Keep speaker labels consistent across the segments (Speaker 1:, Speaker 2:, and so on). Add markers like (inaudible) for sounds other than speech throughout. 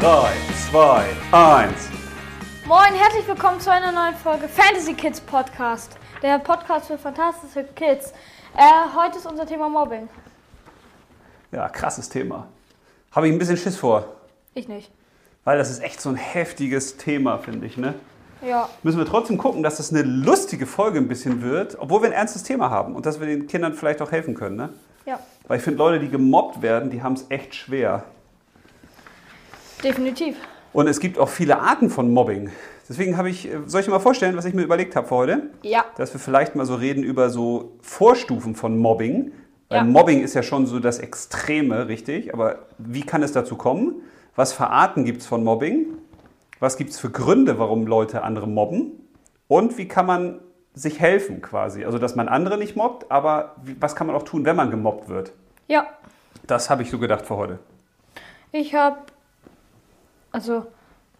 Speaker 1: 3, 2, 1.
Speaker 2: Moin, herzlich willkommen zu einer neuen Folge Fantasy Kids Podcast. Der Podcast für fantastische Kids. Äh, heute ist unser Thema Mobbing.
Speaker 1: Ja, krasses Thema. Habe ich ein bisschen Schiss vor,
Speaker 2: Ich nicht.
Speaker 1: weil das ist echt so ein heftiges Thema, finde ich. Ne?
Speaker 2: Ja,
Speaker 1: Müssen wir trotzdem gucken, dass das eine lustige Folge ein bisschen wird, obwohl wir ein ernstes Thema haben und dass wir den Kindern vielleicht auch helfen können. Ne?
Speaker 2: ja,
Speaker 1: Weil ich finde, Leute, die gemobbt werden, die haben es echt schwer.
Speaker 2: definitiv.
Speaker 1: Und es gibt auch viele Arten von Mobbing. Deswegen habe ich, äh, soll ich dir mal vorstellen, was ich mir überlegt habe für heute?
Speaker 2: Ja.
Speaker 1: dass wir vielleicht mal so reden über so Vorstufen von Mobbing. Weil
Speaker 2: Ja.
Speaker 1: Mobbing ist ja schon so das Extreme, richtig? Aber wie kann es dazu kommen? Was für Arten gibt es von Mobbing? Was gibt es für Gründe, warum Leute andere mobben? Und wie kann man sich helfen quasi? Also, dass man andere nicht mobbt, aber wie, was kann man auch tun, wenn man gemobbt wird?
Speaker 2: Ja,
Speaker 1: Das habe ich so gedacht für heute.
Speaker 2: ich habe. Also,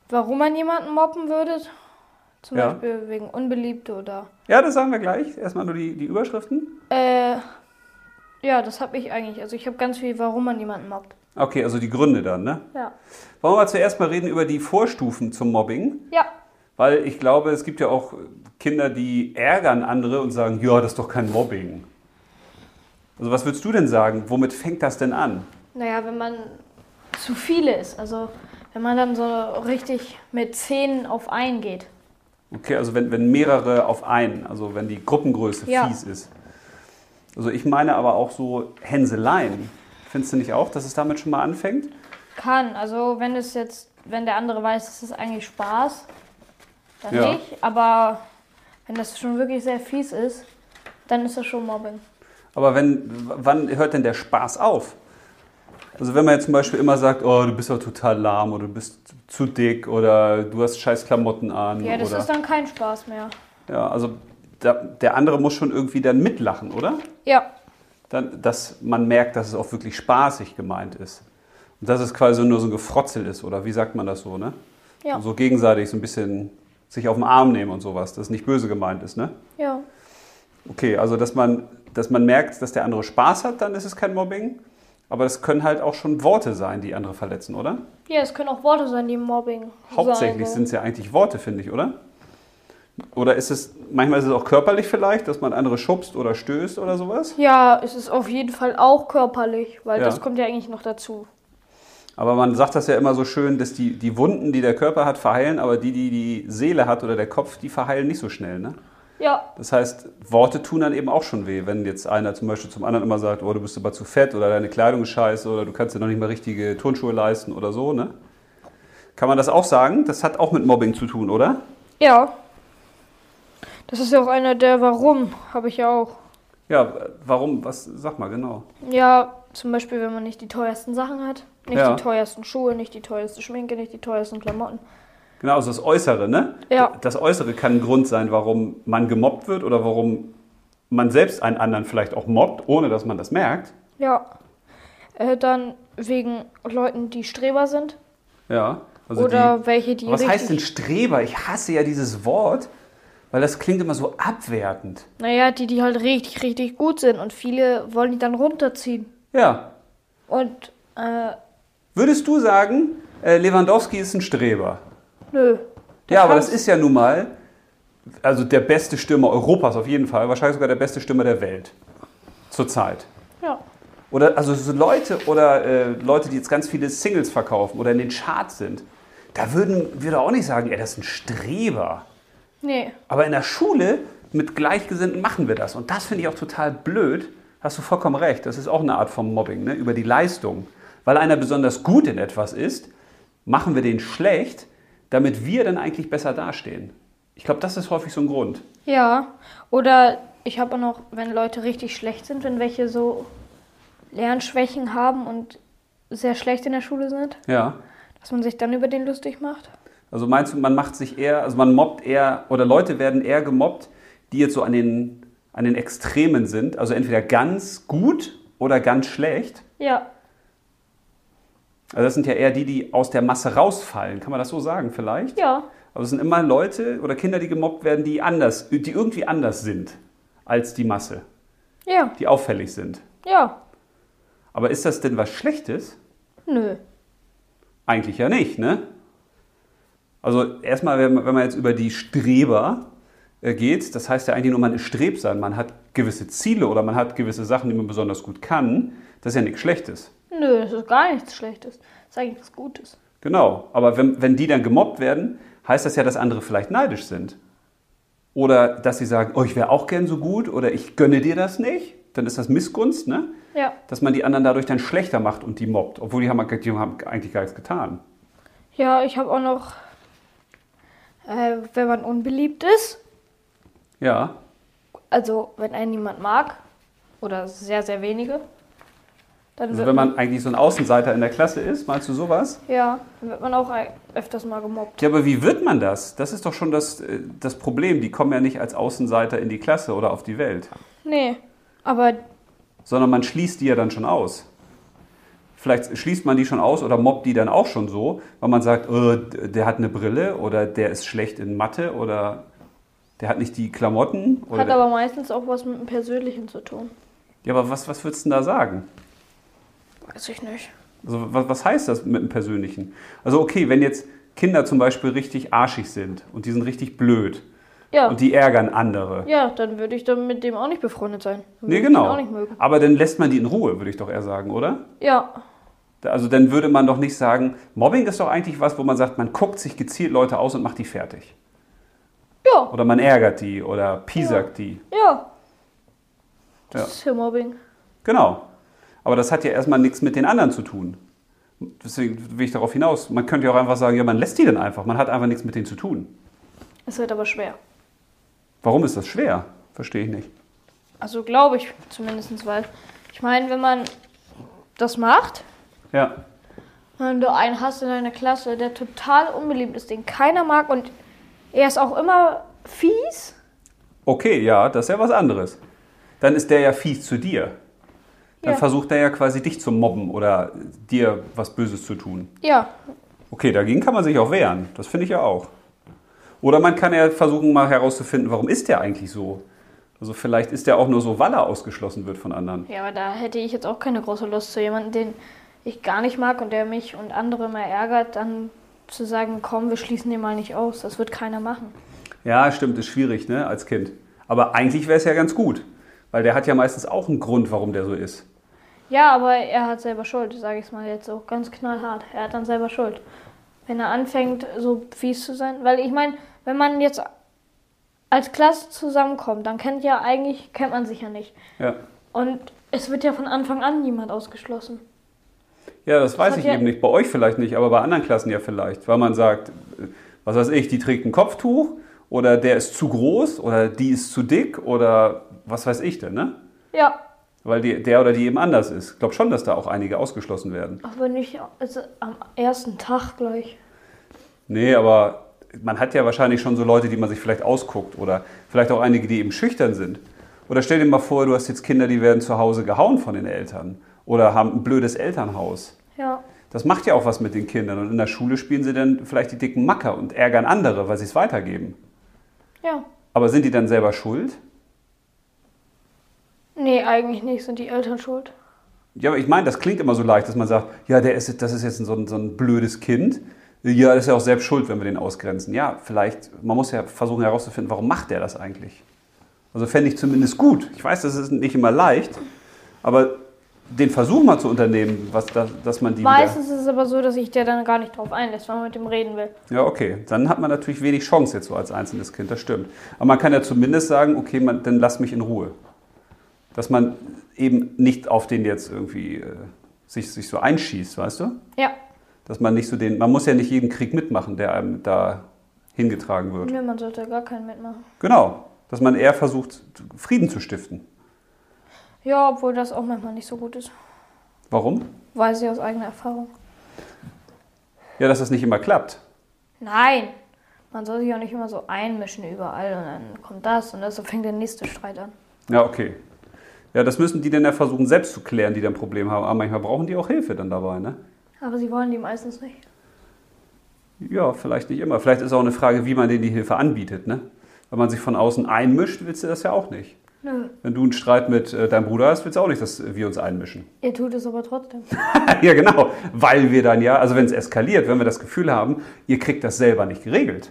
Speaker 2: warum man jemanden mobben würde. Zum
Speaker 1: Ja.
Speaker 2: Beispiel wegen Unbeliebte oder.
Speaker 1: Ja, das sagen wir gleich. Erstmal nur die, die Überschriften.
Speaker 2: Äh. Ja, das habe ich eigentlich. Also, ich habe ganz viel, warum man jemanden mobbt.
Speaker 1: Okay, also die Gründe dann, ne?
Speaker 2: Ja.
Speaker 1: Wollen wir mal zuerst mal reden über die Vorstufen zum Mobbing?
Speaker 2: Ja,
Speaker 1: Weil ich glaube, es gibt ja auch Kinder, die ärgern andere und sagen, ja, das ist doch kein Mobbing. Also was würdest du denn sagen? Womit fängt das denn an?
Speaker 2: Naja, wenn man zu viele ist, also wenn man dann so richtig mit Zähnen auf einen geht.
Speaker 1: Okay, also wenn, wenn mehrere auf einen, also wenn die Gruppengröße
Speaker 2: Ja.
Speaker 1: fies ist. Also ich meine aber auch so Hänseleien. Findest du nicht auch, dass es damit schon mal anfängt?
Speaker 2: Kann, also wenn es jetzt, wenn der andere weiß, es ist eigentlich Spaß, dann
Speaker 1: Ja.
Speaker 2: nicht. Aber wenn das schon wirklich sehr fies ist, dann ist das schon Mobbing.
Speaker 1: Aber wenn, w- wann hört denn der Spaß auf? Also wenn man jetzt zum Beispiel immer sagt, oh, du bist doch total lahm oder du bist zu- zu dick oder du hast scheiß Klamotten an.
Speaker 2: Ja, das
Speaker 1: oder
Speaker 2: ist dann kein Spaß mehr.
Speaker 1: Ja, also da, der andere muss schon irgendwie dann mitlachen, oder?
Speaker 2: Ja,
Speaker 1: Dann, dass man merkt, dass es auch wirklich spaßig gemeint ist. Und dass es quasi nur so ein Gefrotzel ist, oder wie sagt man das so, ne?
Speaker 2: ja,
Speaker 1: So gegenseitig so ein bisschen sich auf den Arm nehmen und sowas, dass es nicht böse gemeint ist, ne?
Speaker 2: ja,
Speaker 1: Okay, also dass man, dass man merkt, dass der andere Spaß hat, dann ist es kein Mobbing. Aber es können halt auch schon Worte sein, die andere verletzen, oder?
Speaker 2: ja. Es können auch Worte sein, die Mobbing.
Speaker 1: Hauptsächlich
Speaker 2: sein
Speaker 1: sind es ja eigentlich Worte, finde ich, oder? Oder ist es, manchmal ist es auch körperlich vielleicht, dass man andere schubst oder stößt oder sowas?
Speaker 2: Ja, es ist auf jeden Fall auch körperlich, weil
Speaker 1: Ja.
Speaker 2: das kommt ja eigentlich noch dazu.
Speaker 1: Aber man sagt das ja immer so schön, dass die, die Wunden, die der Körper hat, verheilen, aber die, die die Seele hat oder der Kopf, die verheilen nicht so schnell. Ne?
Speaker 2: Ja,
Speaker 1: Das heißt, Worte tun dann eben auch schon weh, wenn jetzt einer zum Beispiel zum anderen immer sagt, oh, du bist aber zu fett oder deine Kleidung ist scheiße oder du kannst dir noch nicht mal richtige Turnschuhe leisten oder so. Ne? Kann man das auch sagen? Das hat auch mit Mobbing zu tun, oder?
Speaker 2: Ja. Das ist ja auch einer der Warum, habe ich ja auch.
Speaker 1: Ja, warum? Was? Sag mal genau.
Speaker 2: Ja, zum Beispiel, wenn man nicht die teuersten Sachen hat. Nicht
Speaker 1: Ja.
Speaker 2: die teuersten Schuhe, nicht die teuerste Schminke, nicht die teuersten Klamotten.
Speaker 1: Genau, also das Äußere, ne?
Speaker 2: Ja.
Speaker 1: Das Äußere kann ein Grund sein, warum man gemobbt wird oder warum man selbst einen anderen vielleicht auch mobbt, ohne dass man das merkt.
Speaker 2: Ja. Äh, dann wegen Leuten, die Streber sind.
Speaker 1: Ja. Also
Speaker 2: oder welche, die
Speaker 1: die, was
Speaker 2: richtig...
Speaker 1: heißt denn Streber? Ich hasse ja dieses Wort, weil das klingt immer so abwertend.
Speaker 2: Naja, die, die halt richtig, richtig gut sind. Und viele wollen die dann runterziehen.
Speaker 1: Ja.
Speaker 2: Und, äh,
Speaker 1: Würdest du sagen, äh, Lewandowski ist ein Streber?
Speaker 2: nö. Der
Speaker 1: ja, aber
Speaker 2: kann's.
Speaker 1: das ist ja nun mal, also der beste Stürmer Europas auf jeden Fall, wahrscheinlich sogar der beste Stürmer der Welt. Zurzeit.
Speaker 2: Ja.
Speaker 1: Oder also so Leute oder äh, Leute, die jetzt ganz viele Singles verkaufen oder in den Charts sind, da würden wir doch auch nicht sagen, er das ist ein Streber.
Speaker 2: Nee.
Speaker 1: Aber in der Schule mit Gleichgesinnten machen wir das. Und das finde ich auch total blöd. Hast du vollkommen recht. Das ist auch eine Art von Mobbing, ne? über die Leistung. Weil einer besonders gut in etwas ist, machen wir den schlecht, damit wir dann eigentlich besser dastehen. Ich glaube, das ist häufig so ein Grund.
Speaker 2: Ja, oder ich habe auch noch, wenn Leute richtig schlecht sind, wenn welche so Lernschwächen haben und sehr schlecht in der Schule sind,
Speaker 1: Ja.
Speaker 2: dass man sich dann über den lustig macht.
Speaker 1: Also meinst du, man macht sich eher, also man mobbt eher, oder Leute werden eher gemobbt, die jetzt so an den, an den Extremen sind, also entweder ganz gut oder ganz schlecht.
Speaker 2: Ja,
Speaker 1: Also das sind ja eher die, die aus der Masse rausfallen, kann man das so sagen vielleicht?
Speaker 2: ja,
Speaker 1: Aber es sind immer Leute oder Kinder, die gemobbt werden, die anders, die irgendwie anders sind als die Masse,
Speaker 2: ja,
Speaker 1: die auffällig sind.
Speaker 2: ja,
Speaker 1: Aber ist das denn was Schlechtes?
Speaker 2: nö.
Speaker 1: Eigentlich ja nicht, ne? Also erstmal, wenn man wenn man jetzt über die Streber äh, geht, das heißt ja eigentlich nur, man ist strebsam, man hat gewisse Ziele oder man hat gewisse Sachen, die man besonders gut kann. Das ist ja nichts Schlechtes.
Speaker 2: Nö, das ist gar nichts Schlechtes. Das ist eigentlich was Gutes.
Speaker 1: Genau, aber wenn, wenn die dann gemobbt werden, heißt das ja, dass andere vielleicht neidisch sind. Oder dass sie sagen, oh, ich wäre auch gern so gut oder ich gönne dir das nicht. Dann ist das Missgunst, ne?
Speaker 2: Ja.
Speaker 1: Dass man die anderen dadurch dann schlechter macht und die mobbt, obwohl die haben, die haben eigentlich gar nichts getan.
Speaker 2: Ja, ich habe auch noch, äh, wenn man unbeliebt ist,
Speaker 1: Ja,
Speaker 2: also wenn einen niemand mag, oder sehr, sehr wenige, dann
Speaker 1: also
Speaker 2: wird
Speaker 1: wenn man eigentlich so ein Außenseiter in der Klasse ist, meinst du sowas?
Speaker 2: ja, dann wird man auch ein- öfters mal gemobbt.
Speaker 1: Ja, aber wie wird man das? Das ist doch schon das, äh, das Problem. Die kommen ja nicht als Außenseiter in die Klasse oder auf die Welt,
Speaker 2: Nee, aber
Speaker 1: sondern man schließt die ja dann schon aus. Vielleicht schließt man die schon aus oder mobbt die dann auch schon so, weil man sagt, äh, d- der hat eine Brille oder der ist schlecht in Mathe oder der hat nicht die Klamotten. Oder
Speaker 2: hat aber meistens auch was mit dem Persönlichen zu tun.
Speaker 1: ja, aber was, was würdest du denn da sagen?
Speaker 2: Weiß ich nicht.
Speaker 1: Also was, was heißt das mit dem Persönlichen? Also okay, wenn jetzt Kinder zum Beispiel richtig arschig sind und die sind richtig blöd
Speaker 2: Ja,
Speaker 1: und die ärgern andere.
Speaker 2: ja dann würde ich dann mit dem auch nicht befreundet sein. Dann würde
Speaker 1: Nee,
Speaker 2: ich den
Speaker 1: genau.
Speaker 2: auch nicht mögen.
Speaker 1: Aber dann lässt man die in Ruhe, würde ich doch eher sagen, oder?
Speaker 2: Ja,
Speaker 1: Da- Also dann würde man doch nicht sagen, Mobbing ist doch eigentlich was, wo man sagt, man guckt sich gezielt Leute aus und macht die fertig.
Speaker 2: ja,
Speaker 1: Oder man ärgert die oder piesackt die.
Speaker 2: ja. Das
Speaker 1: Ja.
Speaker 2: ist hier Mobbing.
Speaker 1: Genau. Aber das hat ja erstmal nichts mit den anderen zu tun. Deswegen will ich darauf hinaus. Man könnte ja auch einfach sagen, ja, man lässt die dann einfach. Man hat einfach nichts mit denen zu tun.
Speaker 2: Es wird aber schwer.
Speaker 1: Warum ist das schwer? Verstehe ich nicht.
Speaker 2: Also glaube ich zumindest, weil ich meine, wenn man das macht,
Speaker 1: Ja.
Speaker 2: wenn du einen hast in deiner Klasse, der total unbeliebt ist, den keiner mag und er ist auch immer fies.
Speaker 1: Okay, ja, das ist ja was anderes. Dann ist der ja fies zu dir. Dann
Speaker 2: Ja.
Speaker 1: versucht er ja quasi dich zu mobben oder dir was Böses zu tun.
Speaker 2: Ja,
Speaker 1: Okay, dagegen kann man sich auch wehren. Das finde ich ja auch. Oder man kann ja versuchen, mal herauszufinden, warum ist der eigentlich so? Also vielleicht ist der auch nur so, weil er ausgeschlossen wird von anderen.
Speaker 2: ja, aber da hätte ich jetzt auch keine große Lust zu jemandem, den ich gar nicht mag und der mich und andere mal ärgert, dann zu sagen, komm, wir schließen den mal nicht aus. Das wird keiner machen.
Speaker 1: Ja, stimmt, ist schwierig, ne, als Kind. Aber eigentlich wäre es ja ganz gut, weil der hat ja meistens auch einen Grund, warum der so ist.
Speaker 2: Ja, aber er hat selber Schuld, sage ich es mal jetzt so ganz knallhart. Er hat dann selber Schuld. Wenn er anfängt, so fies zu sein. Weil ich meine, wenn man jetzt als Klasse zusammenkommt, dann kennt ja eigentlich, kennt man sich ja nicht.
Speaker 1: Ja,
Speaker 2: Und es wird ja von Anfang an niemand ausgeschlossen.
Speaker 1: ja das, weiß
Speaker 2: hat
Speaker 1: ich
Speaker 2: ja-
Speaker 1: eben nicht. Bei euch vielleicht nicht, aber bei anderen Klassen ja vielleicht. Weil man sagt, äh, was weiß ich, die trägt ein Kopftuch oder der ist zu groß oder die ist zu dick oder was weiß ich denn, ne?
Speaker 2: Ja,
Speaker 1: Weil die, der oder die eben anders ist. Ich glaube schon, dass da auch einige ausgeschlossen werden.
Speaker 2: aber nicht also am ersten Tag gleich.
Speaker 1: Nee, aber man hat ja wahrscheinlich schon so Leute, die man sich vielleicht ausguckt oder vielleicht auch einige, die eben schüchtern sind. Oder stell dir mal vor, du hast jetzt Kinder, die werden zu Hause gehauen von den Eltern oder haben ein blödes Elternhaus.
Speaker 2: Ja,
Speaker 1: Das macht ja auch was mit den Kindern. Und in der Schule spielen sie dann vielleicht die dicken Macker und ärgern andere, weil sie es weitergeben.
Speaker 2: ja.
Speaker 1: Aber sind die dann selber schuld?
Speaker 2: Nee, eigentlich nicht, sind die Eltern schuld.
Speaker 1: Ja, aber ich meine, das klingt immer so leicht, dass man sagt, ja, der ist, das ist jetzt so ein, so ein blödes Kind. Ja, das ist ja auch selbst schuld, wenn wir den ausgrenzen. Ja, vielleicht, man muss ja versuchen herauszufinden, warum macht der das eigentlich? Also fände ich zumindest gut. Ich weiß, das ist nicht immer leicht, aber den Versuch mal zu unternehmen, was da, dass man die
Speaker 2: Meistens ist es aber so, dass ich der dann gar nicht drauf einlässt, weil man mit dem reden will.
Speaker 1: wieder... Ja, okay. Dann hat man natürlich wenig Chance jetzt so als einzelnes Kind, das stimmt. Aber man kann ja zumindest sagen, okay, man, dann lass mich in Ruhe. Dass man eben nicht auf den jetzt irgendwie äh, sich, sich so einschießt, weißt du?
Speaker 2: Ja,
Speaker 1: dass man nicht so den, man muss ja nicht jeden Krieg mitmachen, der einem da hingetragen wird.
Speaker 2: nee, man sollte gar keinen mitmachen.
Speaker 1: Genau, dass man eher versucht, Frieden zu stiften.
Speaker 2: Ja, obwohl das auch manchmal nicht so gut ist.
Speaker 1: Warum?
Speaker 2: Weiß ich aus eigener Erfahrung.
Speaker 1: Ja, dass das nicht immer klappt.
Speaker 2: Nein! Man soll sich auch nicht immer so einmischen überall und dann kommt das und das und fängt der nächste Streit an.
Speaker 1: Ja, okay. Ja, das müssen die dann ja versuchen, selbst zu klären, die dann ein Problem haben. Aber manchmal brauchen die auch Hilfe dann dabei, ne?
Speaker 2: Aber sie wollen die meistens nicht.
Speaker 1: Ja, vielleicht nicht immer. Vielleicht ist auch eine Frage, wie man denen die Hilfe anbietet, ne? Wenn man sich von außen einmischt, willst du das ja auch nicht.
Speaker 2: Nö.
Speaker 1: Wenn du einen Streit mit äh, deinem Bruder hast, willst du auch nicht, dass wir uns einmischen.
Speaker 2: Ihr tut es aber trotzdem. (laughs)
Speaker 1: ja, genau. Weil wir dann ja, also wenn es eskaliert, wenn wir das Gefühl haben, ihr kriegt das selber nicht geregelt.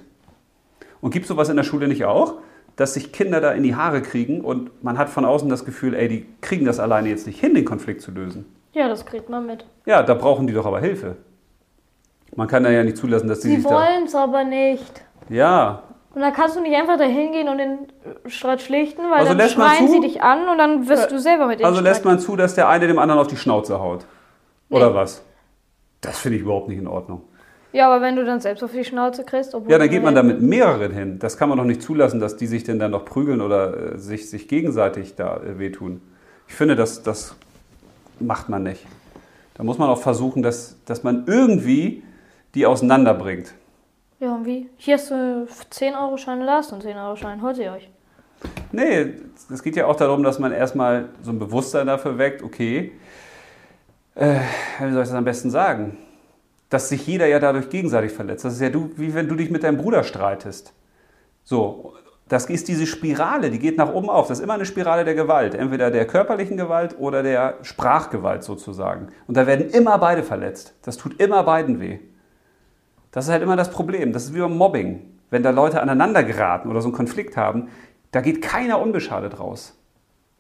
Speaker 1: Und gibt sowas in der Schule nicht auch, dass sich Kinder da in die Haare kriegen und man hat von außen das Gefühl, ey, die kriegen das alleine jetzt nicht hin, den Konflikt zu lösen.
Speaker 2: Ja, das kriegt man mit.
Speaker 1: Ja, da brauchen die doch aber Hilfe. Man kann da ja nicht zulassen, dass die
Speaker 2: Sie
Speaker 1: sich
Speaker 2: wollen es aber nicht.
Speaker 1: da. Ja,
Speaker 2: Und da kannst du nicht einfach da hingehen und den Streit schlichten, weil
Speaker 1: Also
Speaker 2: dann
Speaker 1: lässt man
Speaker 2: schreien
Speaker 1: zu?
Speaker 2: sie dich an und dann wirst du selber mit ihnen
Speaker 1: also lässt
Speaker 2: streiten.
Speaker 1: man zu, dass der eine dem anderen auf die Schnauze haut. Oder
Speaker 2: Nee.
Speaker 1: was? Das finde ich überhaupt nicht in Ordnung.
Speaker 2: Ja, aber wenn du dann selbst auf die Schnauze kriegst, obwohl
Speaker 1: Ja, dann
Speaker 2: du
Speaker 1: geht man da mit mehreren hin. Das kann man doch nicht zulassen, dass die sich denn dann noch prügeln oder äh, sich, sich gegenseitig da äh, wehtun. Ich finde, das, das macht man nicht. Da muss man auch versuchen, dass, dass man irgendwie die auseinanderbringt.
Speaker 2: Ja, und wie? Hier hast du 10-Euro-Schein, da hast du einen 10-Euro-Schein. Holt ihr euch.
Speaker 1: Nee, es geht ja auch darum, dass man erstmal so ein Bewusstsein dafür weckt, okay, äh, wie soll ich das am besten sagen? Dass sich jeder ja dadurch gegenseitig verletzt. Das ist ja du, wie wenn du dich mit deinem Bruder streitest. So, das ist diese Spirale, die geht nach oben auf. Das ist immer eine Spirale der Gewalt. Entweder der körperlichen Gewalt oder der Sprachgewalt sozusagen. Und da werden immer beide verletzt. Das tut immer beiden weh. Das ist halt immer das Problem. Das ist wie beim Mobbing. Wenn da Leute aneinander geraten oder so einen Konflikt haben, da geht keiner unbeschadet raus.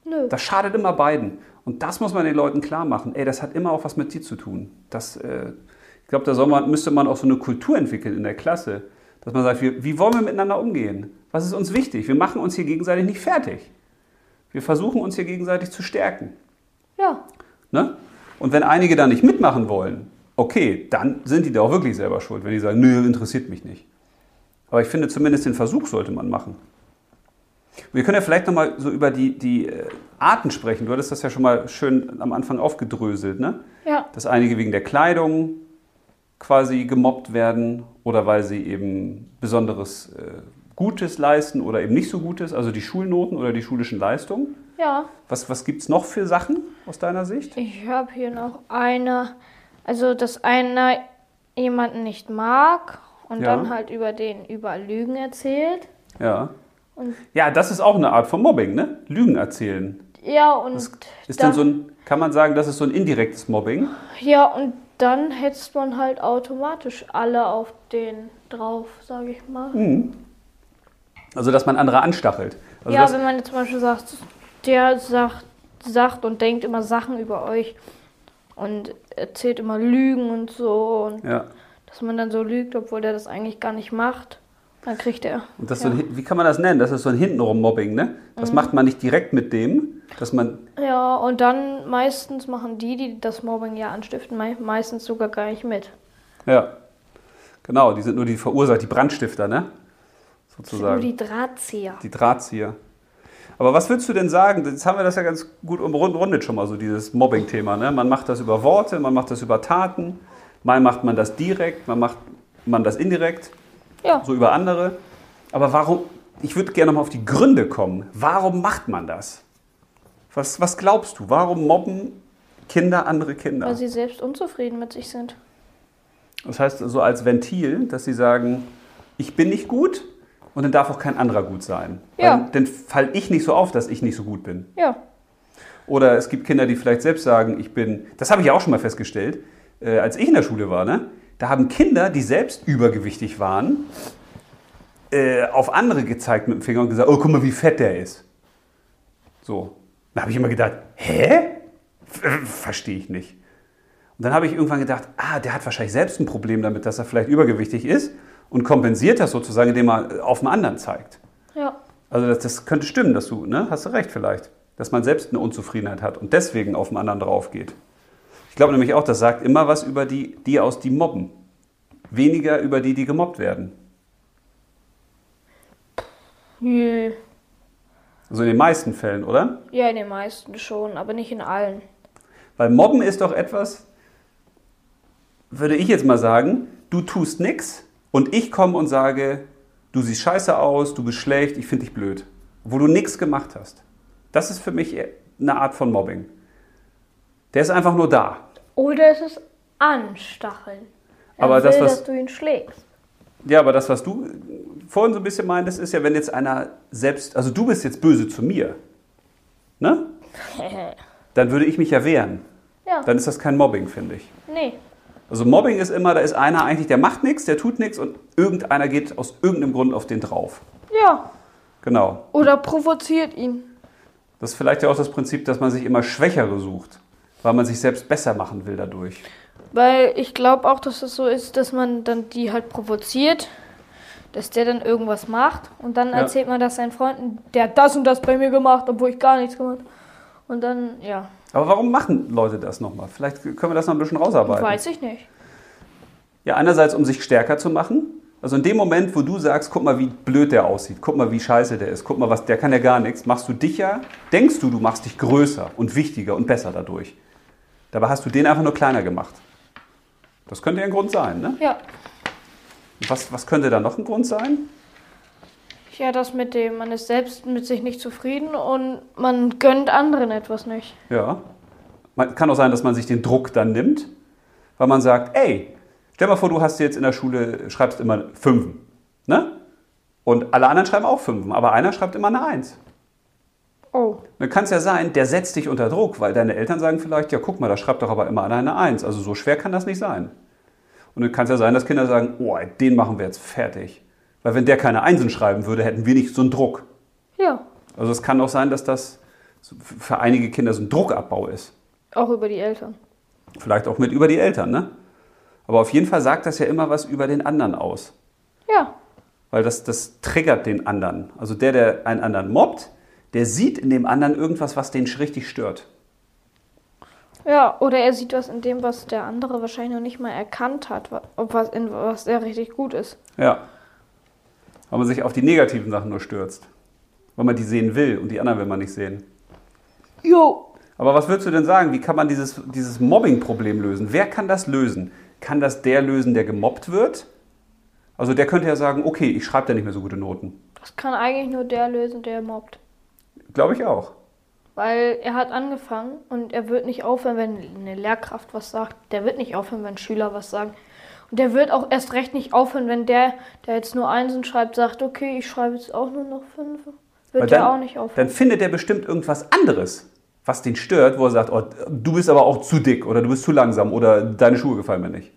Speaker 2: Nö.
Speaker 1: Das schadet immer beiden. Und das muss man den Leuten klar machen. Ey, das hat immer auch was mit dir zu tun. Das, äh, ich glaube, da soll man, müsste man auch so eine Kultur entwickeln in der Klasse, dass man sagt, wir, wie wollen wir miteinander umgehen? Was ist uns wichtig? Wir machen uns hier gegenseitig nicht fertig. Wir versuchen uns hier gegenseitig zu stärken.
Speaker 2: Ja.
Speaker 1: Ne? Und wenn einige da nicht mitmachen wollen, okay, dann sind die da auch wirklich selber schuld, wenn die sagen, nö, interessiert mich nicht. Aber ich finde, zumindest den Versuch sollte man machen. Wir können ja vielleicht nochmal so über die, die äh, Arten sprechen. Du hattest das ja schon mal schön am Anfang aufgedröselt, ne?
Speaker 2: Ja.
Speaker 1: Dass einige wegen der Kleidung quasi gemobbt werden oder weil sie eben besonderes äh, Gutes leisten oder eben nicht so Gutes, also die Schulnoten oder die schulischen Leistungen.
Speaker 2: Ja.
Speaker 1: Was, was gibt es noch für Sachen aus deiner Sicht?
Speaker 2: Ich habe hier noch eine. Also, dass einer jemanden nicht mag und
Speaker 1: Ja.
Speaker 2: dann halt über den überall Lügen erzählt.
Speaker 1: Ja.
Speaker 2: Und-
Speaker 1: ja, das ist auch eine Art von Mobbing, ne? Lügen erzählen.
Speaker 2: Ja, und
Speaker 1: Ist
Speaker 2: dann,
Speaker 1: dann so ein, kann man sagen, das ist so ein indirektes Mobbing?
Speaker 2: ja, und dann hetzt man halt automatisch alle auf den drauf, sage ich mal.
Speaker 1: Hm. Also, dass man andere anstachelt. Also
Speaker 2: ja,
Speaker 1: das,
Speaker 2: wenn man jetzt zum Beispiel sagt, der sagt, sagt und denkt immer Sachen über euch und erzählt immer Lügen und so und
Speaker 1: ja.
Speaker 2: dass man dann so lügt, obwohl der das eigentlich gar nicht macht, dann kriegt er.
Speaker 1: Und das ist so ein, Hin- wie kann man das nennen? Das ist so ein hintenrum Mobbing, ne?
Speaker 2: Mhm.
Speaker 1: Das macht man nicht direkt mit dem, dass man,
Speaker 2: Ja, und dann meistens machen die, die das Mobbing ja anstiften, mei meistens sogar gar nicht mit.
Speaker 1: ja. Genau, die sind nur die Verursacher, die Brandstifter, ne?
Speaker 2: Das sind nur
Speaker 1: Sozusagen.
Speaker 2: die Drahtzieher.
Speaker 1: Die Drahtzieher. Aber was würdest du denn sagen? Jetzt haben wir das ja ganz gut umrundet schon mal, so dieses Mobbing-Thema. Ne? Man macht das über Worte, man macht das über Taten, mal macht man das direkt, man macht man das indirekt,
Speaker 2: Ja,
Speaker 1: so über andere. Aber warum, ich würde gerne nochmal auf die Gründe kommen. Warum macht man das? Was, was glaubst du? Warum mobben Kinder andere Kinder?
Speaker 2: weil sie selbst unzufrieden mit sich sind.
Speaker 1: Das heißt, so als Ventil, dass sie sagen, ich bin nicht gut und dann darf auch kein anderer gut sein.
Speaker 2: Ja.
Speaker 1: Weil Dann fall ich nicht so auf, dass ich nicht so gut bin.
Speaker 2: Ja,
Speaker 1: Oder es gibt Kinder, die vielleicht selbst sagen, ich bin, das habe ich ja auch schon mal festgestellt, äh, als ich in der Schule war, ne? da haben Kinder, die selbst übergewichtig waren, äh, auf andere gezeigt mit dem Finger und gesagt, oh, guck mal, wie fett der ist. So. Da habe ich immer gedacht, hä? F- äh, Verstehe ich nicht. Und dann habe ich irgendwann gedacht, ah, der hat wahrscheinlich selbst ein Problem damit, dass er vielleicht übergewichtig ist und kompensiert das sozusagen, indem er äh, auf den anderen zeigt.
Speaker 2: ja.
Speaker 1: Also das, das könnte stimmen, dass du, ne? Hast du recht vielleicht. Dass man selbst eine Unzufriedenheit hat und deswegen auf den anderen drauf geht. Ich glaube nämlich auch, das sagt immer was über die, die aus, die mobben. Weniger über die, die gemobbt werden.
Speaker 2: Jö.
Speaker 1: Also in den meisten Fällen, oder?
Speaker 2: Ja, in den meisten schon, aber nicht in allen.
Speaker 1: Weil mobben ist doch etwas, würde ich jetzt mal sagen, du tust nix und ich komme und sage, du siehst scheiße aus, du bist schlecht, ich finde dich blöd. Obwohl du nichts gemacht hast. Das ist für mich eine Art von Mobbing. Der ist einfach nur da.
Speaker 2: Oder es ist anstacheln. Er
Speaker 1: Aber
Speaker 2: will,
Speaker 1: das, was-
Speaker 2: dass du
Speaker 1: (laughs)
Speaker 2: ihn schlägst.
Speaker 1: Ja, aber das, was du vorhin so ein bisschen meintest, ist ja, wenn jetzt einer selbst, also du bist jetzt böse zu mir. ne? Dann würde ich mich ja wehren.
Speaker 2: ja,
Speaker 1: Dann ist das kein Mobbing, finde ich.
Speaker 2: nee.
Speaker 1: Also Mobbing ist immer, da ist einer eigentlich, der macht nichts, der tut nichts und irgendeiner geht aus irgendeinem Grund auf den drauf.
Speaker 2: Ja.
Speaker 1: Genau.
Speaker 2: Oder provoziert ihn.
Speaker 1: Das ist vielleicht ja auch das Prinzip, dass man sich immer Schwächere sucht, weil man sich selbst besser machen will dadurch.
Speaker 2: Weil ich glaube auch, dass es so ist, dass man dann die halt provoziert, dass der dann irgendwas macht und dann
Speaker 1: Ja.
Speaker 2: erzählt man das seinen Freunden, der hat das und das bei mir gemacht, obwohl ich gar nichts gemacht habe. Und dann, ja,
Speaker 1: Aber warum machen Leute das nochmal? Vielleicht können wir das noch ein bisschen rausarbeiten.
Speaker 2: weiß ich nicht.
Speaker 1: Ja, einerseits, um sich stärker zu machen. Also in dem Moment, wo du sagst, guck mal, wie blöd der aussieht, guck mal, wie scheiße der ist, guck mal, was, der kann ja gar nichts, machst du dich ja, denkst du, du machst dich größer und wichtiger und besser dadurch. Dabei hast du den einfach nur kleiner gemacht. Das könnte ja ein Grund sein, ne?
Speaker 2: Ja,
Speaker 1: Was, was könnte da noch ein Grund sein?
Speaker 2: ja, das mit dem, man ist selbst mit sich nicht zufrieden und man gönnt anderen etwas nicht.
Speaker 1: Ja. Man, kann auch sein, dass man sich den Druck dann nimmt, weil man sagt, ey, stell mal vor, du hast jetzt in der Schule, schreibst immer Fünfen, ne? Und alle anderen schreiben auch Fünfen, aber einer schreibt immer eine Eins.
Speaker 2: Oh,
Speaker 1: Dann kann es ja sein, der setzt dich unter Druck, weil deine Eltern sagen vielleicht, ja guck mal, da schreibt doch aber immer einer eine Eins. Also so schwer kann das nicht sein. Und dann kann es ja sein, dass Kinder sagen, oh, ey, den machen wir jetzt fertig. Weil wenn der keine Einsen schreiben würde, hätten wir nicht so einen Druck.
Speaker 2: ja,
Speaker 1: Also es kann auch sein, dass das so f- für einige Kinder so ein Druckabbau ist.
Speaker 2: auch über die Eltern.
Speaker 1: Vielleicht auch mit über die Eltern, ne? Aber auf jeden Fall sagt das ja immer was über den anderen aus.
Speaker 2: Ja,
Speaker 1: Weil das, das triggert den anderen. Also der, der einen anderen mobbt, der sieht in dem anderen irgendwas, was den richtig stört.
Speaker 2: Ja, oder er sieht was in dem, was der andere wahrscheinlich noch nicht mal erkannt hat, wa- ob was in was er richtig gut ist.
Speaker 1: Ja. Weil man sich auf die negativen Sachen nur stürzt. Weil man die sehen will und die anderen will man nicht sehen.
Speaker 2: Jo,
Speaker 1: Aber was würdest du denn sagen? Wie kann man dieses, dieses Mobbing-Problem lösen? Wer kann das lösen? Kann das der lösen, der gemobbt wird? Also der könnte ja sagen, okay, ich schreibe da nicht mehr so gute Noten.
Speaker 2: das kann eigentlich nur der lösen, der mobbt,
Speaker 1: Glaube ich auch.
Speaker 2: weil er hat angefangen und er wird nicht aufhören, wenn eine Lehrkraft was sagt. Der wird nicht aufhören, wenn Schüler was sagen. Und der wird auch erst recht nicht aufhören, wenn der, der jetzt nur Einsen schreibt, sagt, okay, ich schreibe jetzt auch nur noch fünf.
Speaker 1: Weil
Speaker 2: Wird der auch nicht
Speaker 1: Dann
Speaker 2: aufhören.
Speaker 1: findet er bestimmt irgendwas anderes, was den stört, wo er sagt, oh, du bist aber auch zu dick oder du bist zu langsam oder deine Schuhe gefallen mir nicht.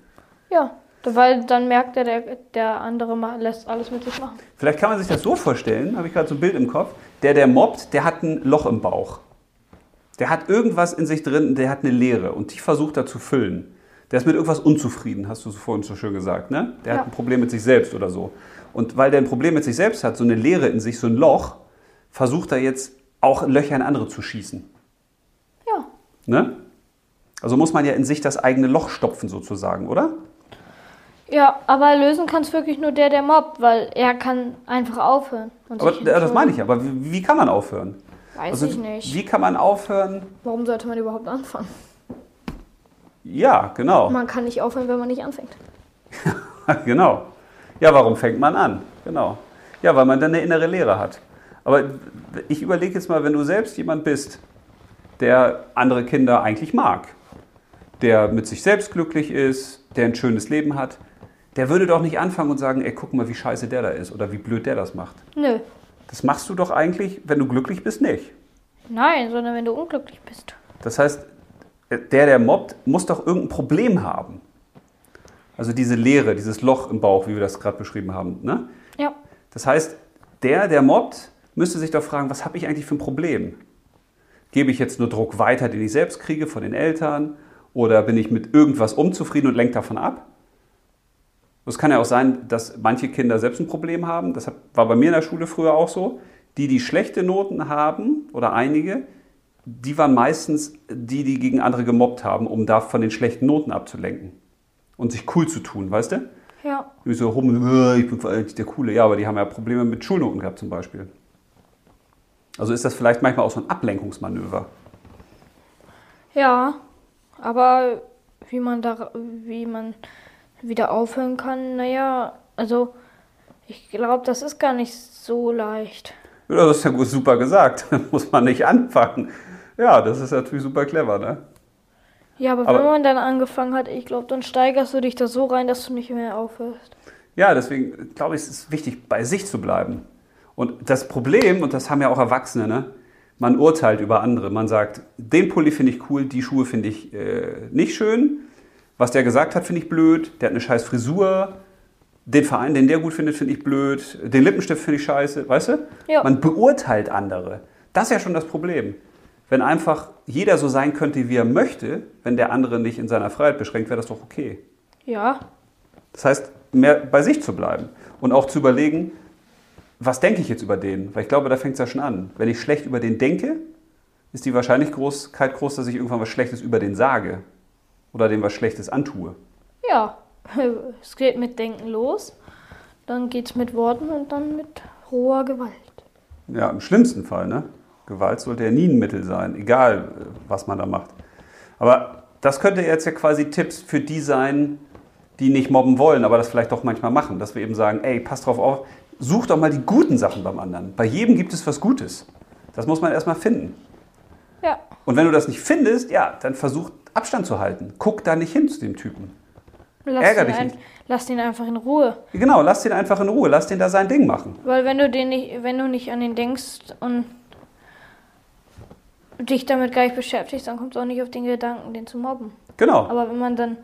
Speaker 2: Ja, weil dann merkt er, der, der andere ma- lässt alles mit sich machen.
Speaker 1: Vielleicht kann man sich das so vorstellen, habe ich gerade so ein Bild im Kopf, der, der mobbt, der hat ein Loch im Bauch. Der hat irgendwas in sich drin, der hat eine Leere und die versucht er zu füllen. Der ist mit irgendwas unzufrieden, hast du so vorhin so schön gesagt, ne? Der
Speaker 2: Ja.
Speaker 1: hat ein Problem mit sich selbst oder so. Und weil der ein Problem mit sich selbst hat, so eine Leere in sich, so ein Loch, versucht er jetzt auch Löcher in andere zu schießen.
Speaker 2: Ja,
Speaker 1: Ne? Also muss man ja in sich das eigene Loch stopfen sozusagen, oder?
Speaker 2: Ja, aber lösen kann es wirklich nur der, der mobbt, weil er kann einfach aufhön. Und
Speaker 1: Aber,
Speaker 2: sich
Speaker 1: ja, das meine ich,
Speaker 2: entschuldigen.
Speaker 1: aber wie, wie kann man aufhören? Also
Speaker 2: Weiß ich nicht.
Speaker 1: Wie kann man aufhören?
Speaker 2: Warum sollte man überhaupt anfangen?
Speaker 1: Ja, genau.
Speaker 2: Man kann nicht aufhören, wenn man nicht anfängt.
Speaker 1: (laughs) genau. Ja, warum fängt man an? Genau. Ja, weil man dann eine innere Leere hat. Aber ich überlege jetzt mal, wenn du selbst jemand bist, der andere Kinder eigentlich mag, der mit sich selbst glücklich ist, der ein schönes Leben hat, der würde doch nicht anfangen und sagen, ey, guck mal, wie scheiße der da ist oder wie blöd der das macht.
Speaker 2: Nö.
Speaker 1: Das machst du doch eigentlich, wenn du glücklich bist, nicht.
Speaker 2: Nein, sondern wenn du unglücklich bist.
Speaker 1: Das heißt, der, der mobbt, muss doch irgendein Problem haben. Also diese Leere, dieses Loch im Bauch, wie wir das gerade beschrieben haben. Ne?
Speaker 2: Ja.
Speaker 1: Das heißt, der, der mobbt, müsste sich doch fragen, was habe ich eigentlich für ein Problem? Gebe ich jetzt nur Druck weiter, den ich selbst kriege von den Eltern? Oder bin ich mit irgendwas unzufrieden und lenke davon ab? Es kann ja auch sein, dass manche Kinder selbst ein Problem haben. Das hat- war bei mir in der Schule früher auch so. Die, die schlechte Noten haben, oder einige, die waren meistens die, die gegen andere gemobbt haben, um da von den schlechten Noten abzulenken. Und sich cool zu tun, weißt du?
Speaker 2: Ja.
Speaker 1: Irgendwie so rum, äh, ich bin eigentlich der Coole. Ja, aber die haben ja Probleme mit Schulnoten gehabt zum Beispiel. Also ist das vielleicht manchmal auch so ein Ablenkungsmanöver.
Speaker 2: Ja. Aber wie man da wie man wieder aufhören kann, naja, also ich glaube, das ist gar nicht so leicht.
Speaker 1: Ja, das ist ja gut, super gesagt. (laughs) Muss man nicht anfangen. Ja, das ist natürlich super clever, ne?
Speaker 2: Ja, aber, wenn
Speaker 1: Aber-
Speaker 2: man dann angefangen hat, ich glaube, dann steigerst du dich da so rein, dass du nicht mehr aufhörst.
Speaker 1: Ja, deswegen glaube ich, es ist wichtig, bei sich zu bleiben. Und das Problem, und das haben ja auch Erwachsene, ne? Man urteilt über andere. Man sagt, den Pulli finde ich cool, die Schuhe finde ich äh, nicht schön. Was der gesagt hat, finde ich blöd. Der hat eine scheiß Frisur. Den Verein, den der gut findet, finde ich blöd. Den Lippenstift finde ich scheiße. Weißt du?
Speaker 2: Ja.
Speaker 1: Man beurteilt andere. Das ist ja schon das Problem. Wenn einfach jeder so sein könnte, wie er möchte, wenn der andere nicht in seiner Freiheit beschränkt, wäre das doch okay.
Speaker 2: Ja,
Speaker 1: Das heißt, mehr bei sich zu bleiben und auch zu überlegen, was denke ich jetzt über den? Weil ich glaube, da fängt es ja schon an. Wenn ich schlecht über den denke, ist die Wahrscheinlichkeit groß, dass ich irgendwann was Schlechtes über den sage oder dem was Schlechtes antue.
Speaker 2: ja. (laughs) Es geht mit Denken los, dann geht's mit Worten und dann mit roher Gewalt.
Speaker 1: Ja, im schlimmsten Fall, ne? Gewalt sollte ja nie ein Mittel sein, egal äh, was man da macht. Aber das könnte jetzt ja quasi Tipps für die sein, die nicht mobben wollen, aber das vielleicht doch manchmal machen, dass wir eben sagen, ey, pass drauf auf, such doch mal die guten Sachen beim anderen. Bei jedem gibt es was Gutes. Das muss man erstmal finden.
Speaker 2: Ja,
Speaker 1: Und wenn du das nicht findest, ja, dann versuch Abstand zu halten. Guck da nicht hin zu dem Typen.
Speaker 2: lass,
Speaker 1: Ärger
Speaker 2: ihn
Speaker 1: dich
Speaker 2: ein,
Speaker 1: nicht.
Speaker 2: lass ihn einfach in Ruhe.
Speaker 1: Genau, lass den einfach in Ruhe, lass den da sein Ding machen.
Speaker 2: Weil wenn du den nicht, wenn du nicht an den denkst und dich damit gar nicht beschäftigst, dann kommst du auch nicht auf den Gedanken, den zu mobben.
Speaker 1: Genau.
Speaker 2: Aber wenn man dann,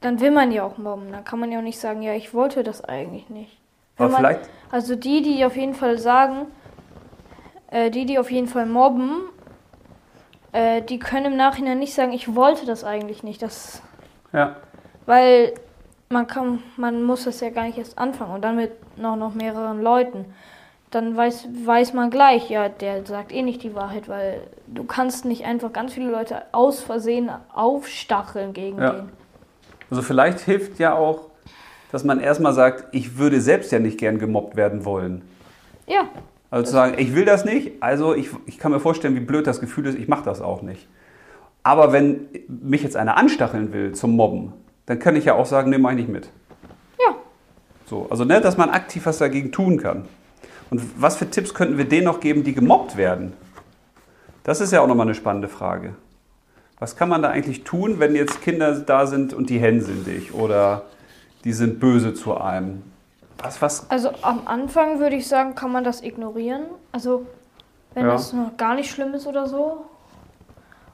Speaker 2: dann will man ja auch mobben. Dann kann man ja auch nicht sagen, ja, ich wollte das eigentlich nicht. Wenn
Speaker 1: Aber
Speaker 2: man,
Speaker 1: vielleicht,
Speaker 2: Also die, die auf jeden Fall sagen, äh, die, die auf jeden Fall mobben, äh, die können im Nachhinein nicht sagen, ich wollte das eigentlich nicht. Das,
Speaker 1: ja.
Speaker 2: weil man kann, man muss das ja gar nicht erst anfangen und dann mit noch, noch mehreren Leuten. Dann weiß, weiß man gleich, ja, der sagt eh nicht die Wahrheit, weil du kannst nicht einfach ganz viele Leute aus Versehen aufstacheln gegen
Speaker 1: Ja.
Speaker 2: den.
Speaker 1: Also vielleicht hilft ja auch, dass man erstmal sagt, ich würde selbst ja nicht gern gemobbt werden wollen.
Speaker 2: Ja,
Speaker 1: Also zu sagen, ich will das nicht, also ich, ich kann mir vorstellen, wie blöd das Gefühl ist, ich mache das auch nicht. Aber wenn mich jetzt einer anstacheln will zum Mobben, dann kann ich ja auch sagen, nee, mach ich nicht mit.
Speaker 2: ja.
Speaker 1: So, also ne, dass man aktiv was dagegen tun kann. Und was für Tipps könnten wir denen noch geben, die gemobbt werden? Das ist ja auch nochmal eine spannende Frage. Was kann man da eigentlich tun, wenn jetzt Kinder da sind und die hänseln dich oder die sind böse zu einem? Was, was?
Speaker 2: Also am Anfang würde ich sagen, kann man das ignorieren. Also wenn
Speaker 1: Ja.
Speaker 2: das noch gar nicht schlimm ist oder so.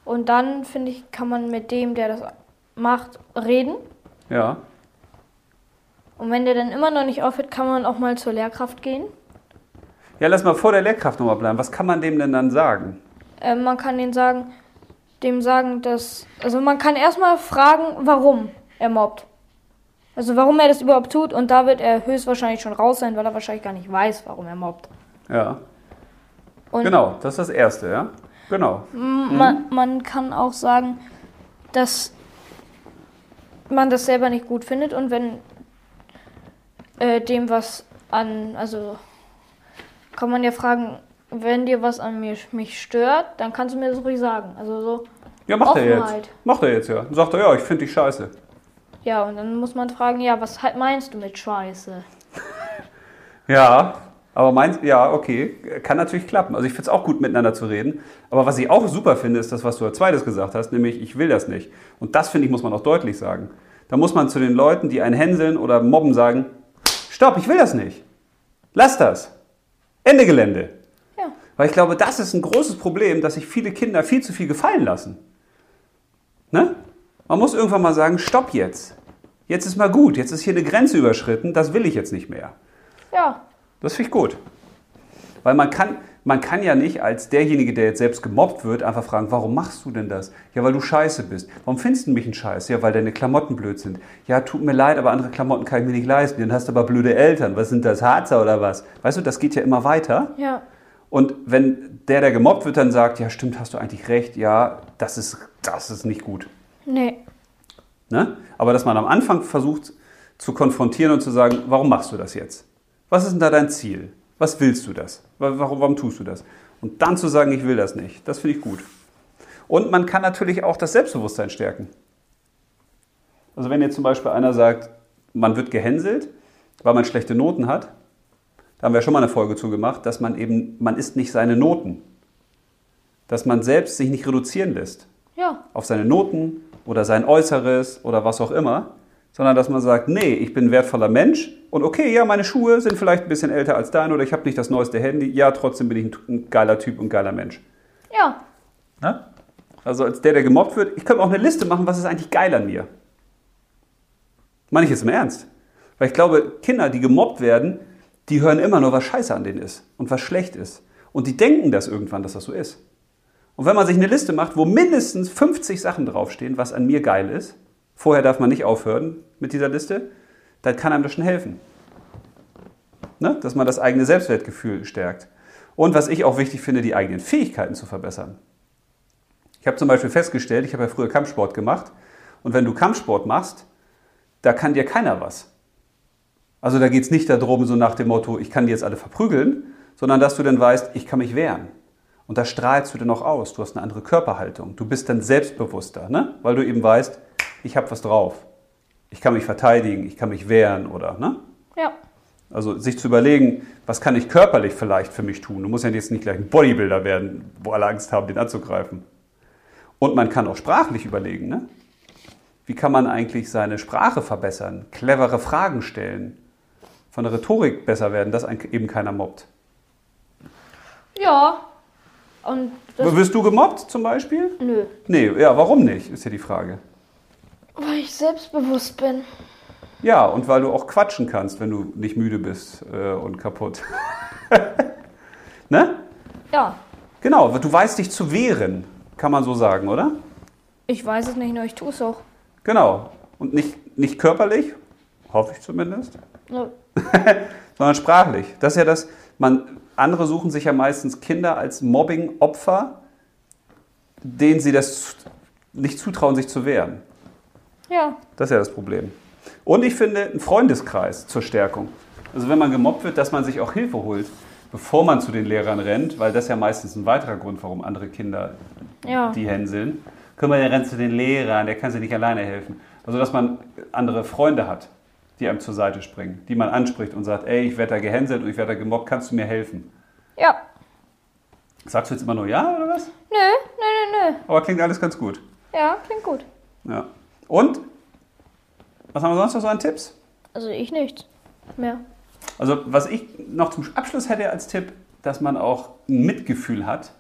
Speaker 2: Und dann finde ich, kann man mit dem, der das macht, reden.
Speaker 1: Ja,
Speaker 2: Und wenn der dann immer noch nicht aufhört, kann man auch mal zur Lehrkraft gehen.
Speaker 1: ja lass mal vor der Lehrkraft nochmal bleiben. Was kann man dem denn dann sagen?
Speaker 2: Ähm, man kann den sagen, dem sagen, dass. Also man kann erstmal fragen, warum er mobbt. Also warum er das überhaupt tut. Und da wird er höchstwahrscheinlich schon raus sein, weil er wahrscheinlich gar nicht weiß, warum er mobbt.
Speaker 1: Ja,
Speaker 2: Und
Speaker 1: genau, das ist das Erste, ja? Genau.
Speaker 2: Man, man kann auch sagen, dass man das selber nicht gut findet und wenn äh, dem was an, also kann man ja fragen, wenn dir was an mir mich stört, dann kannst du mir das ruhig sagen. Also so,
Speaker 1: Ja, macht er jetzt.
Speaker 2: Offenheit.
Speaker 1: Macht er jetzt, ja. Und sagt er, ja, ich finde dich scheiße.
Speaker 2: ja, und dann muss man fragen, ja, was halt meinst du mit Scheiße?
Speaker 1: Ja, aber meins, ja, okay, kann natürlich klappen. Also ich finde es auch gut, miteinander zu reden. Aber was ich auch super finde, ist das, was du als zweites gesagt hast, nämlich ich will das nicht. Und das, finde ich, muss man auch deutlich sagen. Da muss man zu den Leuten, die einen hänseln oder mobben, sagen, stopp, ich will das nicht. Lass das. Ende Gelände.
Speaker 2: Ja,
Speaker 1: Weil ich glaube, das ist ein großes Problem, dass sich viele Kinder viel zu viel gefallen lassen. Ne? Man muss irgendwann mal sagen, stopp jetzt. Jetzt ist mal gut, jetzt ist hier eine Grenze überschritten, das will ich jetzt nicht mehr.
Speaker 2: ja,
Speaker 1: Das finde ich gut. Weil man kann, man kann ja nicht als derjenige, der jetzt selbst gemobbt wird, einfach fragen, warum machst du denn das? Ja, weil du scheiße bist. Warum findest du mich ein Scheiß? Ja, weil deine Klamotten blöd sind. Ja, tut mir leid, aber andere Klamotten kann ich mir nicht leisten. Dann hast du aber blöde Eltern. Was sind das, Harzer oder was? Weißt du, das geht ja immer weiter.
Speaker 2: ja,
Speaker 1: Und wenn der, der gemobbt wird, dann sagt, ja stimmt, hast du eigentlich recht, ja, das ist, das ist nicht gut.
Speaker 2: nee,
Speaker 1: Ne? Aber dass man am Anfang versucht zu konfrontieren und zu sagen, warum machst du das jetzt? Was ist denn da dein Ziel? Was willst du das? Wa- Warum, warum tust du das? Und dann zu sagen, ich will das nicht, das finde ich gut. Und man kann natürlich auch das Selbstbewusstsein stärken. Also wenn jetzt zum Beispiel einer sagt, man wird gehänselt, weil man schlechte Noten hat, da haben wir schon mal eine Folge zu gemacht, dass man eben, man ist nicht seine Noten. Dass man selbst sich nicht reduzieren lässt
Speaker 2: ja,
Speaker 1: auf seine Noten oder sein Äußeres oder was auch immer, sondern dass man sagt, nee, ich bin ein wertvoller Mensch und okay, ja, meine Schuhe sind vielleicht ein bisschen älter als deine oder ich habe nicht das neueste Handy, ja, trotzdem bin ich ein, ein geiler Typ und geiler Mensch.
Speaker 2: Ja.
Speaker 1: Ne? Also als der, der gemobbt wird, ich könnte auch eine Liste machen, was ist eigentlich geil an mir. Meine ich jetzt im Ernst. Weil ich glaube, Kinder, die gemobbt werden, die hören immer nur, was scheiße an denen ist und was schlecht ist. Und die denken das irgendwann, dass das so ist. Und wenn man sich eine Liste macht, wo mindestens 50 Sachen draufstehen, was an mir geil ist, vorher darf man nicht aufhören mit dieser Liste, dann kann einem das schon helfen. Ne? Dass man das eigene Selbstwertgefühl stärkt. Und was ich auch wichtig finde, die eigenen Fähigkeiten zu verbessern. Ich habe zum Beispiel festgestellt, ich habe ja früher Kampfsport gemacht. Und wenn du Kampfsport machst, da kann dir keiner was. Also da geht es nicht darum, so nach dem Motto, ich kann die jetzt alle verprügeln, sondern dass du dann weißt, ich kann mich wehren. Und da strahlst du dann auch aus. Du hast eine andere Körperhaltung. Du bist dann selbstbewusster, ne? weil du eben weißt, ich habe was drauf. Ich kann mich verteidigen, ich kann mich wehren oder. Ne?
Speaker 2: Ja.
Speaker 1: Also sich zu überlegen, was kann ich körperlich vielleicht für mich tun? Du musst ja jetzt nicht gleich ein Bodybuilder werden, wo alle Angst haben, den anzugreifen. Und man kann auch sprachlich überlegen, ne? Wie kann man eigentlich seine Sprache verbessern, clevere Fragen stellen, von der Rhetorik besser werden, dass einen eben keiner mobbt?
Speaker 2: Ja. Und das.
Speaker 1: Wirst du gemobbt zum Beispiel?
Speaker 2: Nö.
Speaker 1: Nee, ja, warum nicht, ist ja die Frage.
Speaker 2: Weil ich selbstbewusst bin.
Speaker 1: Ja, und weil du auch quatschen kannst, wenn du nicht müde bist äh, und kaputt. (laughs) ne?
Speaker 2: Ja.
Speaker 1: Genau, du weißt dich zu wehren, kann man so sagen, oder?
Speaker 2: Ich weiß es nicht, nur ich tue es auch.
Speaker 1: Genau. Und nicht, nicht körperlich, hoffe ich zumindest,
Speaker 2: Nö.
Speaker 1: sondern sprachlich. Das ist ja das, man, andere suchen sich ja meistens Kinder als Mobbing-Opfer, denen sie das nicht zutrauen, sich zu wehren.
Speaker 2: Ja.
Speaker 1: Das ist ja das Problem. Und ich finde, ein Freundeskreis zur Stärkung. Also wenn man gemobbt wird, dass man sich auch Hilfe holt, bevor man zu den Lehrern rennt, weil das ist ja meistens ein weiterer Grund, warum andere Kinder
Speaker 2: Ja.
Speaker 1: die hänseln. Können wir, der rennt zu den Lehrern, der kann sich nicht alleine helfen. Also dass man andere Freunde hat, die einem zur Seite springen, die man anspricht und sagt, ey, ich werde da gehänselt und ich werde da gemobbt, kannst du mir helfen?
Speaker 2: Ja.
Speaker 1: Sagst du jetzt immer nur ja oder was?
Speaker 2: Nö, nö, nö, nö.
Speaker 1: Aber klingt alles ganz gut.
Speaker 2: Ja, klingt gut.
Speaker 1: Ja. Und? Was haben wir sonst noch so an Tipps?
Speaker 2: Also ich nicht. Mehr.
Speaker 1: Also, was ich noch zum Abschluss hätte als Tipp, dass man auch ein Mitgefühl hat.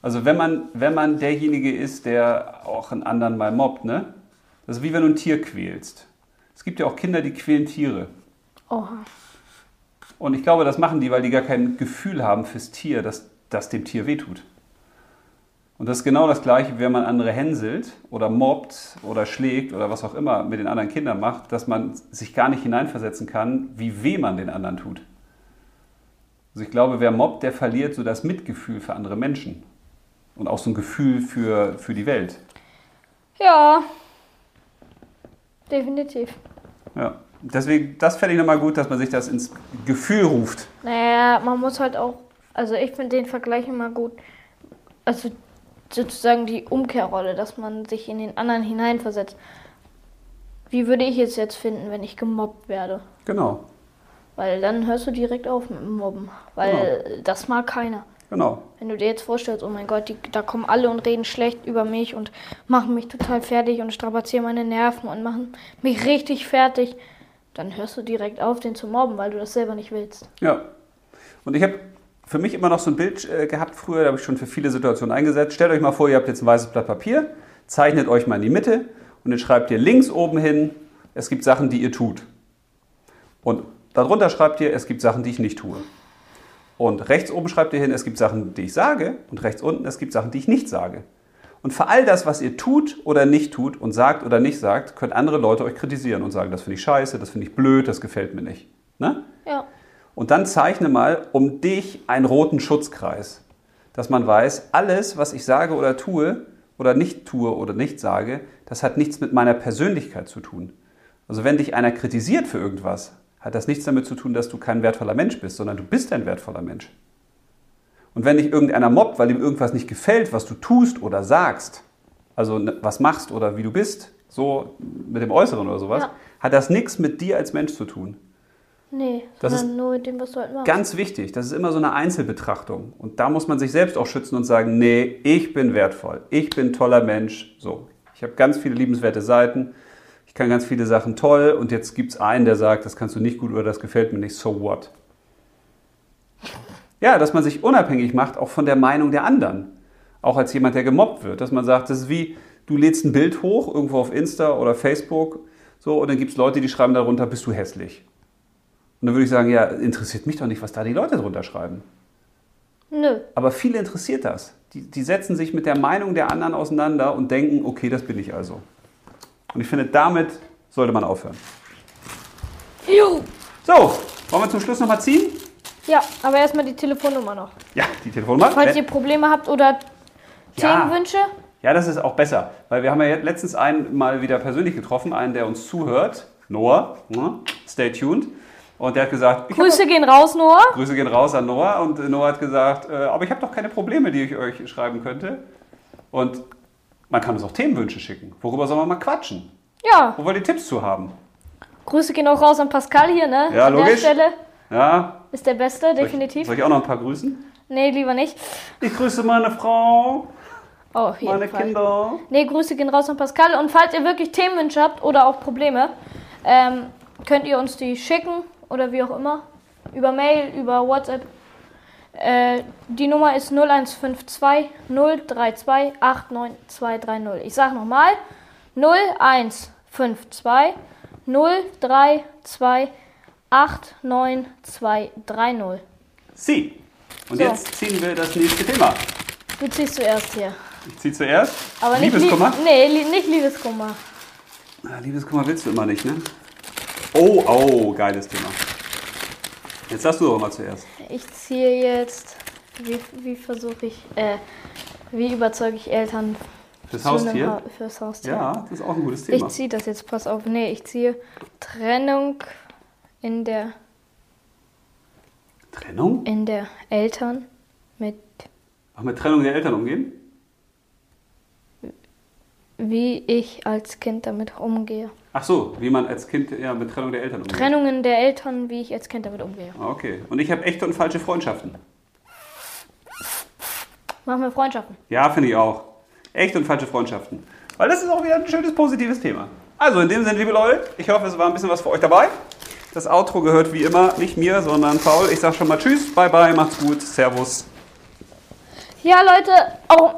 Speaker 1: Also, wenn man, wenn man derjenige ist, der auch einen anderen mal mobbt, ne? Das ist wie wenn du ein Tier quälst. Es gibt ja auch Kinder, die quälen Tiere.
Speaker 2: Oha.
Speaker 1: Und ich glaube, das machen die, weil die gar kein Gefühl haben fürs Tier, dass das dem Tier wehtut. Und das ist genau das Gleiche, wenn man andere hänselt oder mobbt oder schlägt oder was auch immer mit den anderen Kindern macht, dass man sich gar nicht hineinversetzen kann, wie weh man den anderen tut. Also ich glaube, wer mobbt, der verliert so das Mitgefühl für andere Menschen und auch so ein Gefühl für, für die Welt.
Speaker 2: Ja. Definitiv.
Speaker 1: Ja. Deswegen, das fände ich nochmal gut, dass man sich das ins Gefühl ruft.
Speaker 2: Naja, man muss halt auch, also ich finde den Vergleich immer gut. Also sozusagen die Umkehrrolle, dass man sich in den anderen hineinversetzt. Wie würde ich es jetzt finden, wenn ich gemobbt werde?
Speaker 1: Genau.
Speaker 2: Weil dann hörst du direkt auf mit dem Mobben. Weil das mag keiner.
Speaker 1: Genau.
Speaker 2: Wenn du dir jetzt vorstellst, oh mein Gott, die, da kommen alle und reden schlecht über mich und machen mich total fertig und strapazieren meine Nerven und machen mich richtig fertig, dann hörst du direkt auf, den zu mobben, weil du das selber nicht willst.
Speaker 1: Ja. Und ich habe für mich immer noch so ein Bild äh, gehabt früher, da habe ich schon für viele Situationen eingesetzt. Stellt euch mal vor, ihr habt jetzt ein weißes Blatt Papier, zeichnet euch mal in die Mitte und dann schreibt ihr links oben hin, es gibt Sachen, die ihr tut. Und darunter schreibt ihr, es gibt Sachen, die ich nicht tue. Und rechts oben schreibt ihr hin, es gibt Sachen, die ich sage. Und rechts unten, es gibt Sachen, die ich nicht sage. Und für all das, was ihr tut oder nicht tut und sagt oder nicht sagt, können andere Leute euch kritisieren und sagen, das finde ich scheiße, das finde ich blöd, das gefällt mir nicht. Ne?
Speaker 2: Ja.
Speaker 1: Und dann zeichne mal um dich einen roten Schutzkreis, dass man weiß, alles, was ich sage oder tue oder nicht tue oder nicht sage, das hat nichts mit meiner Persönlichkeit zu tun. Also wenn dich einer kritisiert für irgendwas, hat das nichts damit zu tun, dass du kein wertvoller Mensch bist, sondern du bist ein wertvoller Mensch. Und wenn dich irgendeiner mobbt, weil ihm irgendwas nicht gefällt, was du tust oder sagst, also ne- was machst oder wie du bist, so mit dem Äußeren oder sowas,
Speaker 2: Ja.
Speaker 1: hat das nichts mit dir als Mensch zu tun.
Speaker 2: Nee,
Speaker 1: Das
Speaker 2: sondern nur mit dem, was du halt machst.
Speaker 1: Ganz wichtig, das ist immer so eine Einzelbetrachtung. Und da muss man sich selbst auch schützen und sagen, nee, ich bin wertvoll, ich bin ein toller Mensch. So, ich habe ganz viele liebenswerte Seiten, ich kann ganz viele Sachen toll und jetzt gibt es einen, der sagt, das kannst du nicht gut oder das gefällt mir nicht, so what? Ja, dass man sich unabhängig macht, auch von der Meinung der anderen. Auch als jemand, der gemobbt wird. Dass man sagt, das ist wie, du lädst ein Bild hoch, irgendwo auf Insta oder Facebook, so, und dann gibt es Leute, die schreiben darunter, bist du hässlich. Und dann würde ich sagen, ja, interessiert mich doch nicht, was da die Leute drunter schreiben.
Speaker 2: Nö.
Speaker 1: Aber viele interessiert das. Die, die setzen sich mit der Meinung der anderen auseinander und denken, okay, das bin ich also. Und ich finde, damit sollte man aufhören.
Speaker 2: Jo.
Speaker 1: So, wollen wir zum Schluss nochmal ziehen?
Speaker 2: Ja, aber erstmal die Telefonnummer noch.
Speaker 1: Ja, die Telefonnummer.
Speaker 2: Falls ihr Probleme habt oder
Speaker 1: Ja.
Speaker 2: Themenwünsche,
Speaker 1: Ja, das ist auch besser, weil wir haben ja letztens einen mal wieder persönlich getroffen, einen, der uns zuhört, Noah, ne? stay tuned. Und der hat gesagt, ich hab
Speaker 2: Grüße gehen raus,
Speaker 1: doch-
Speaker 2: Noah.
Speaker 1: Grüße gehen raus an Noah. Und Noah hat gesagt, äh, aber ich habe doch keine Probleme, die ich euch schreiben könnte. Und man kann uns auch Themenwünsche schicken. Worüber soll man mal quatschen?
Speaker 2: Ja,
Speaker 1: Wo wollt ihr Tipps zu haben?
Speaker 2: Grüße gehen auch raus an Pascal hier, ne?
Speaker 1: Ja,
Speaker 2: An der
Speaker 1: logisch.
Speaker 2: Stelle
Speaker 1: Ja,
Speaker 2: ist der Beste,
Speaker 1: soll ich-
Speaker 2: definitiv.
Speaker 1: Soll ich auch noch ein paar grüßen?
Speaker 2: Nee, lieber nicht.
Speaker 1: Ich grüße meine Frau,
Speaker 2: Oh, auf jeden
Speaker 1: meine
Speaker 2: Fall.
Speaker 1: Kinder.
Speaker 2: Nee, Grüße gehen raus an Pascal. Und falls ihr wirklich Themenwünsche habt oder auch Probleme, ähm, könnt ihr uns die schicken oder wie auch immer. Über Mail, über WhatsApp. Äh, die Nummer ist 0152 032 89230. Ich sag nochmal: 0152 032 89230.
Speaker 1: Sie. Und
Speaker 2: So.
Speaker 1: jetzt ziehen wir das nächste Thema.
Speaker 2: Du ziehst zuerst hier.
Speaker 1: Ich ziehe zuerst.
Speaker 2: Aber nicht
Speaker 1: Liebeskummer.
Speaker 2: Lie- nee, li nicht Liebeskummer.
Speaker 1: Ah, Liebeskummer willst du immer nicht, ne? Oh, oh, geiles Thema. Jetzt sagst du doch mal zuerst.
Speaker 2: Ich ziehe jetzt. Wie, wie versuche ich. Äh, wie überzeuge ich Eltern
Speaker 1: Fürs
Speaker 2: zu einem
Speaker 1: Haustier?
Speaker 2: Ha- fürs Haustier?
Speaker 1: Ja, das ist auch ein gutes
Speaker 2: Ich
Speaker 1: Thema.
Speaker 2: ziehe das jetzt, pass auf. Nee, ich ziehe Trennung in der,
Speaker 1: Trennung?
Speaker 2: in der Eltern mit.
Speaker 1: Auch mit Trennung der Eltern umgehen?
Speaker 2: Wie ich als Kind damit umgehe.
Speaker 1: Ach so, wie man als Kind ja, mit Trennung der Eltern umgeht.
Speaker 2: Trennungen der Eltern, wie ich als Kind damit umgehe.
Speaker 1: Ah, Okay. Und ich habe echte und falsche Freundschaften.
Speaker 2: Machen wir Freundschaften.
Speaker 1: Ja, finde ich auch. Echt und falsche Freundschaften. Weil das ist auch wieder ein schönes, positives Thema. Also in dem Sinne, liebe Leute, ich hoffe, es war ein bisschen was für euch dabei. Das Outro gehört wie immer nicht mir, sondern Paul. Ich sage schon mal Tschüss, bye bye, macht's gut, Servus.
Speaker 2: Ja, Leute, auch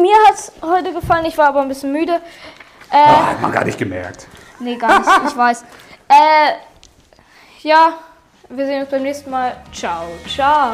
Speaker 2: mir hat es heute gefallen. Ich war aber ein bisschen müde. Äh,
Speaker 1: Ah, hat man gar nicht gemerkt.
Speaker 2: Nee, gar nicht. Ich weiß. Äh, ja, wir sehen uns beim nächsten Mal. Ciao, ciao.